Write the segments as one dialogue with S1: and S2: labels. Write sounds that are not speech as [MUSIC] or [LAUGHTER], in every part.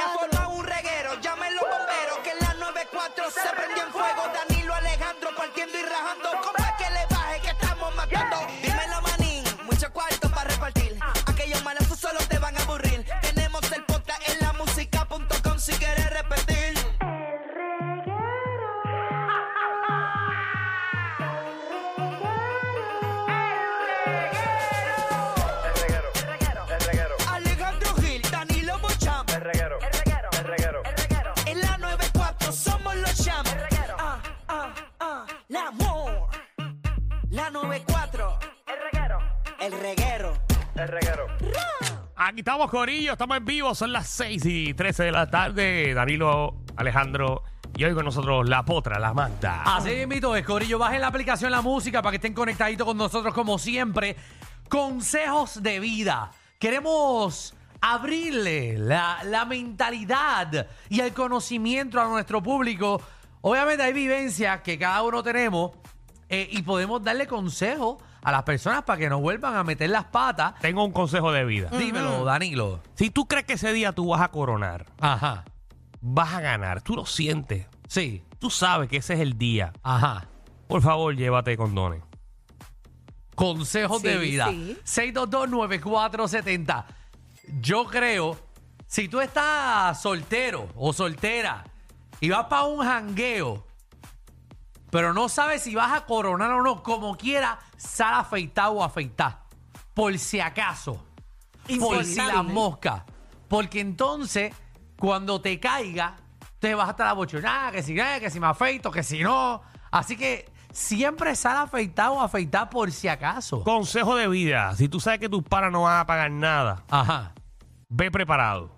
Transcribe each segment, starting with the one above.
S1: ha formado un reguero, llamen los bomberos que en la 94 se prendió en fuego. Danilo Alejandro partiendo y rajando. Compa que le baje que estamos matando. Dímelo manín, mucho cuarto para repartir. Aquellos manazos solo te van a aburrir. Tenemos el podcast en la música.com si quieres repetir. Alejandro Gil, Danilo Bocham. El reguero, el reguero, el reguero. En la 94 somos los champ. El reguero. Ah, ah, ah. La amor. La 94. El reguero. El reguero. El reguero.
S2: Aquí estamos, Corillo, estamos en vivo, son las 6 y 13 de la tarde. Danilo, Alejandro y hoy con nosotros la potra, la manta.
S3: Así invito, es Corillo, bajen la aplicación La Música para que estén conectaditos con nosotros como siempre. Consejos de vida. Queremos abrirle la, la mentalidad y el conocimiento a nuestro público. Obviamente hay vivencias que cada uno tenemos eh, y podemos darle consejos a las personas para que no vuelvan a meter las patas.
S2: Tengo un consejo de vida.
S3: Dímelo, Danilo.
S2: Si tú crees que ese día tú vas a coronar,
S3: Ajá.
S2: vas a ganar, tú lo sientes,
S3: Sí.
S2: tú sabes que ese es el día,
S3: Ajá.
S2: por favor, llévate condones.
S3: Consejos de vida. 6229470. Yo creo, si tú estás soltero o soltera y vas para un jangueo, pero no sabes si vas a coronar o no, como quiera, sal afeitado o afeitar. Por si acaso. Por si las moscas. Porque entonces, cuando te caiga, te vas a estar abochonada, que si eh, que si me afeito, que si no. Así que siempre sal afeitado o afeitar por si acaso.
S2: Consejo de vida, si tú sabes que tus paras no van a pagar nada,
S3: Ajá,
S2: ve preparado.
S4: Oh.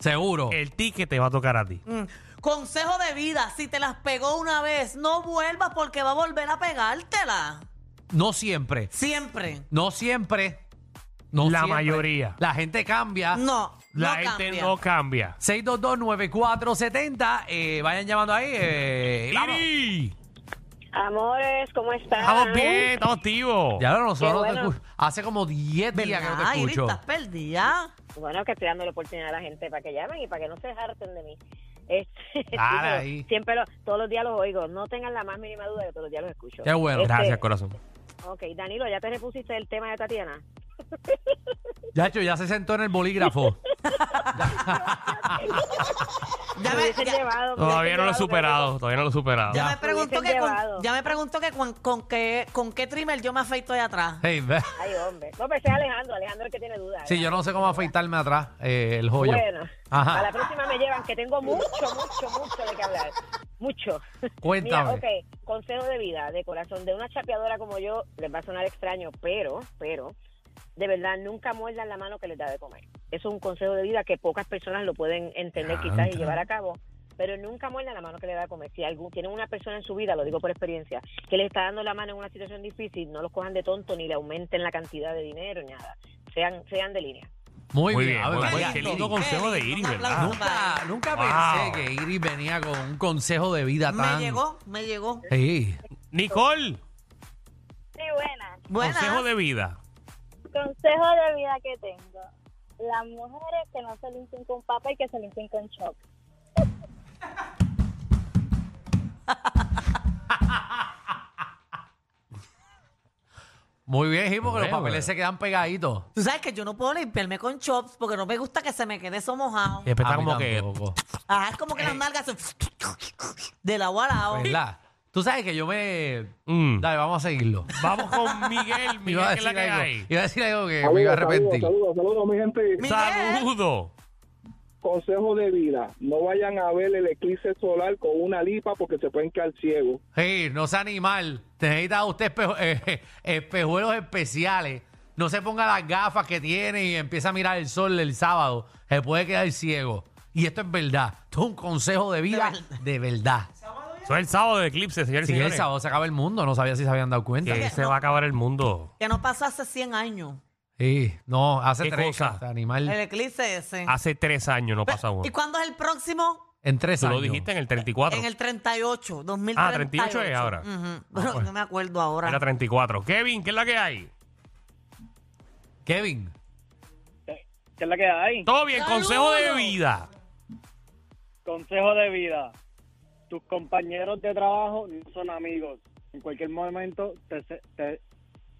S3: seguro.
S2: El ticket te va a tocar a ti.
S4: Mm, Consejo de vida, si te las pegó una vez, no vuelvas porque va a volver a pegártela.
S3: No siempre.
S4: Siempre.
S3: No siempre. No
S2: La
S3: siempre.
S2: mayoría.
S3: La gente cambia.
S4: No,
S2: La
S4: no
S2: gente
S4: cambia.
S2: no cambia.
S3: 6229470. Eh, vayan llamando ahí. eh, vamos.
S2: Iri,
S5: Amores, ¿cómo están?
S2: Estamos bien, estamos activos.
S3: Ya lo nosotros
S5: Qué
S3: te
S5: bueno.
S3: escu- hace como 10 días que no
S4: ¿Verdad,
S3: te
S4: Iris?
S3: escucho.
S4: estás perdida.
S5: Bueno, que estoy dando la oportunidad a la gente para que llamen y para que no se harten de mí. Este, [LAUGHS]
S2: Dale
S5: pero
S2: ahí.
S5: Siempre, lo- todos los días los oigo. No tengan la más mínima duda, que todos los días los escucho.
S3: Qué bueno.
S5: Este,
S2: Gracias, corazón.
S5: Ok, Danilo, ¿ya te repusiste el tema de Tatiana?
S3: Ya, hecho, ya se sentó en
S5: [LAUGHS]
S3: el bolígrafo.
S4: Ya
S5: Me
S4: me,
S5: hubiesen
S4: ya-
S5: llevado, me hubiesen
S2: Todavía no lo he
S5: llevado,
S2: superado, todavía no lo he superado.
S4: ya
S3: Ya.
S4: me pregunto
S5: Hubiesen
S4: que con,
S5: llevado.
S4: ya me pregunto que con, con qué, con qué trimmer yo me afeito de atrás.
S2: Eh,
S3: Hey, ve-
S5: pero- Ay, hombre. No, pensé Alejandro, Alejandro es el que tiene dudas.
S3: sí, yo no sé cómo afeitarme atrás eh, el joyo.
S5: Bueno, a la
S3: Ajá.
S5: próxima me llevan, que tengo mucho, mucho, mucho de qué hablar. Mucho. [LAUGHS] Mira,
S3: Cuéntame.
S5: ok, consejo de vida, de corazón, de una chapeadora como yo, les va a sonar extraño, pero, pero, de verdad, nunca muerdan la mano que les da de comer. Eso es un consejo de vida que pocas personas lo pueden entender quizás y llevar a cabo. Pero nunca muerdan la mano que les da de comer. Si algún, tienen una persona en su vida, lo digo por experiencia, que les está dando la mano en una situación difícil, no los cojan de tonto ni le aumenten la cantidad de dinero ni nada. Sean, sean de línea.
S3: Muy,
S2: Muy
S3: bien.
S2: bien,
S3: a ver,
S2: muy
S3: vaya,
S2: bien. Qué lindo consejo de Iris,
S4: Un
S2: ¿verdad?
S4: aplauso para
S3: Nunca,
S4: él.
S3: nunca
S2: Wow.
S3: pensé que Iris venía con un consejo de vida tan.
S4: Me llegó, me llegó.
S3: Sí.
S2: Nicole,
S6: Sí, buena.
S4: Buenas.
S2: consejo de vida.
S6: Consejo de vida que tengo. Las mujeres que no se limpien con papa y que se limpien con choc.
S3: Muy bien, sí, porque los
S2: Bueno, eh.
S3: papeles
S2: bueno.
S3: se quedan pegaditos.
S4: Tú sabes que yo no puedo limpiarme con chops porque no me gusta que se me quede eso mojado.
S2: Y después
S3: A
S2: está
S3: mí
S2: Ah, como que.
S3: tampoco.
S2: eh.
S4: Ajá, es como que las nalgas se... Del agua al agua.
S2: Pues
S3: ¿Verdad? Tú sabes que yo me.
S2: Mm.
S3: Dale, vamos
S2: [LAUGHS]
S3: a seguirlo.
S2: Vamos con
S3: [LAUGHS]
S2: Miguel, Miguel,
S3: Iba a
S2: que es la
S3: decir
S2: que
S3: algo,
S2: hay.
S3: iba a decir algo que me iba a arrepentir.
S7: Saludos, saludos, saludos, mi gente.
S4: Miguel.
S2: Saludo.
S7: Consejo de vida: no vayan a ver el eclipse solar con una lipa porque se pueden quedar ciegos.
S3: Sí, no sea animal. Te necesita usted espejo- [LAUGHS] eh, espejuelos especiales. No se ponga las gafas que tiene y empieza a mirar el sol el sábado. Se puede quedar ciego. Y esto es verdad. Esto es un consejo de vida de verdad.
S2: Eso es el sábado de eclipse, señores y
S3: Si el
S2: señores.
S3: sábado se acaba el mundo, no sabía si se habían dado cuenta.
S2: Que se va a acabar el mundo.
S4: Que no pasa hace 100 años.
S3: Sí, no, hace
S2: ¿Qué
S3: tres
S2: cosa?
S3: este animal.
S4: El eclipse ese.
S2: Hace tres años no pasa uno.
S4: ¿Y cuándo es el próximo?
S3: En tres
S2: Tú
S3: años.
S2: lo dijiste en el 34.
S4: En el 38, 2038.
S2: Ah, 38 es ahora. Ah, pues.
S4: Ujú. Bueno, No me acuerdo ahora.
S2: Era 34. Kevin, ¿qué es la que hay?
S3: Kevin.
S7: ¿Qué es la que hay?
S2: Todo bien,
S4: Saludo.
S2: consejo de vida.
S7: Consejo de vida: tus compañeros de trabajo no son amigos. En cualquier momento te, te,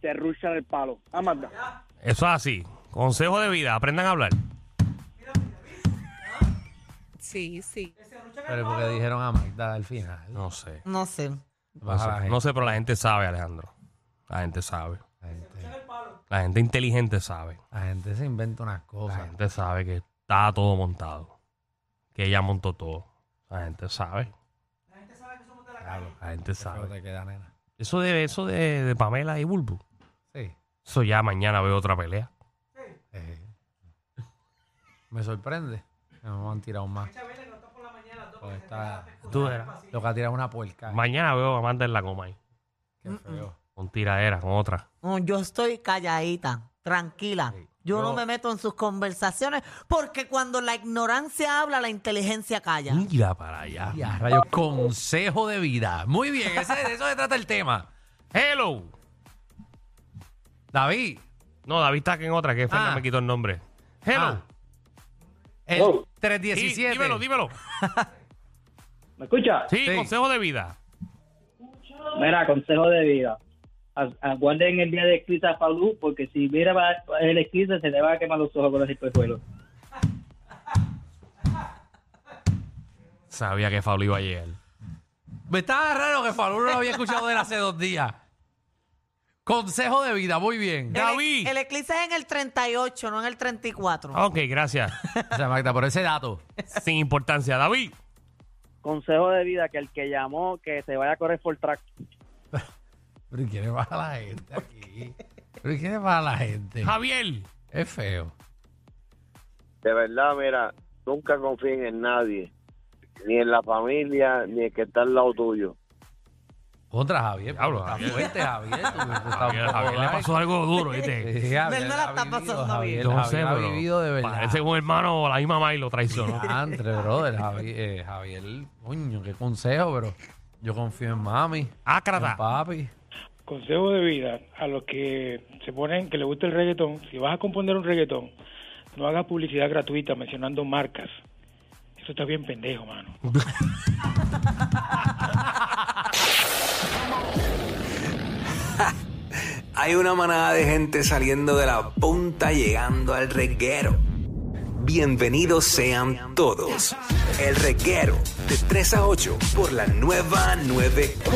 S7: te rushan el palo. Amanda.
S2: Eso es así. Consejo de vida, aprendan a hablar.
S8: Sí, sí.
S3: Pero porque dijeron a Magda al final.
S2: No sé.
S4: No sé.
S2: No
S3: Baja la
S2: sé,
S3: gente.
S2: no sé, pero la gente sabe, Alejandro. La gente sabe.
S3: La gente,
S2: La gente inteligente sabe.
S3: la gente se inventa unas
S2: La
S3: cosas.
S2: gente sabe que está todo montado. Que ella montó todo. La gente sabe.
S3: Claro,
S2: La gente
S3: pero
S2: sabe.
S3: te queda, nena.
S2: Eso de eso de, de Pamela y Bulbu.
S3: Sí.
S2: Eso ya mañana veo otra pelea.
S3: Eh, me sorprende. que No me han tirado más. Pues Con esta-
S2: Tú verás.
S3: lo que ha tirado una puerca.
S2: Mañana veo a Amanda en la coma ahí.
S3: Qué feo.
S2: Con tiradera, con otra.
S4: No, yo estoy calladita, tranquila.
S3: Sí,
S4: Yo no
S3: yo-
S4: me meto en sus conversaciones porque cuando la ignorancia habla, la inteligencia calla.
S2: Mira para allá.
S3: Y a rayos, consejo de vida. Muy bien, ese, de eso se trata el tema.
S2: Hello.
S3: David.
S2: No, David está en otra, que Fernan
S3: Ah.
S2: me quitó el nombre. Hello.
S3: ah, el
S7: Hello.
S2: Di-
S3: 317.
S2: dímelo, dímelo.
S7: ¿Me escucha?
S2: Sí,
S3: Sí.
S2: consejo de vida.
S7: Mira, consejo de vida. A- Aguarden el día de eclipse a Paulú, porque si mira va- el eclipse se le va a quemar los ojos con los espejuelos.
S2: Sabía que Fabio iba a llegar.
S3: Me estaba raro que Falú no lo había escuchado de él hace dos días. Consejo de vida, muy bien.
S4: El e-
S2: David.
S4: El eclipse es en el 38, no en el 34.
S2: Ok, gracias.
S3: O sea, Magda, por ese dato.
S2: [LAUGHS] Sin importancia. David.
S7: Consejo de vida, que el que llamó, que se vaya a correr por track.
S3: Pero ¿y ¿quién le baja a la gente aquí? ¿Pero ¿y quién le baja a la gente?
S2: Javier.
S3: Es feo.
S9: De verdad, mira, nunca confíen en nadie, ni en la familia, ni en que está al lado tuyo.
S3: Contra Javier.
S2: Diablo,
S3: pero está
S2: Javier.
S3: fuerte, Javier. tú, tú estás
S2: Javier,
S3: un poco
S2: Javier le
S3: dark.
S2: pasó algo duro, ¿viste?
S3: Sí, Javier
S4: Él no la
S3: ha
S4: está
S3: vivido,
S4: pasando bien.
S2: Yo
S3: Javier,
S2: no
S3: Javier
S2: sé,
S3: ha
S2: pero
S3: vivido de verdad.
S2: Parece un hermano o la misma madre lo traicionó.
S3: Antre, brother. Javier, eh, Javier, coño, qué consejo, pero yo confío en mami, en
S2: Ácrata.
S3: papi.
S7: Consejo de vida a los que se ponen, que les gusta el reggaetón. Si vas a componer un reggaetón, no hagas publicidad gratuita mencionando marcas. Eso está bien pendejo, mano.
S1: [LAUGHS] Hay una manada de gente saliendo de la punta llegando al reguero. Bienvenidos sean todos. El reguero de 3 a 8 por la nueva 94.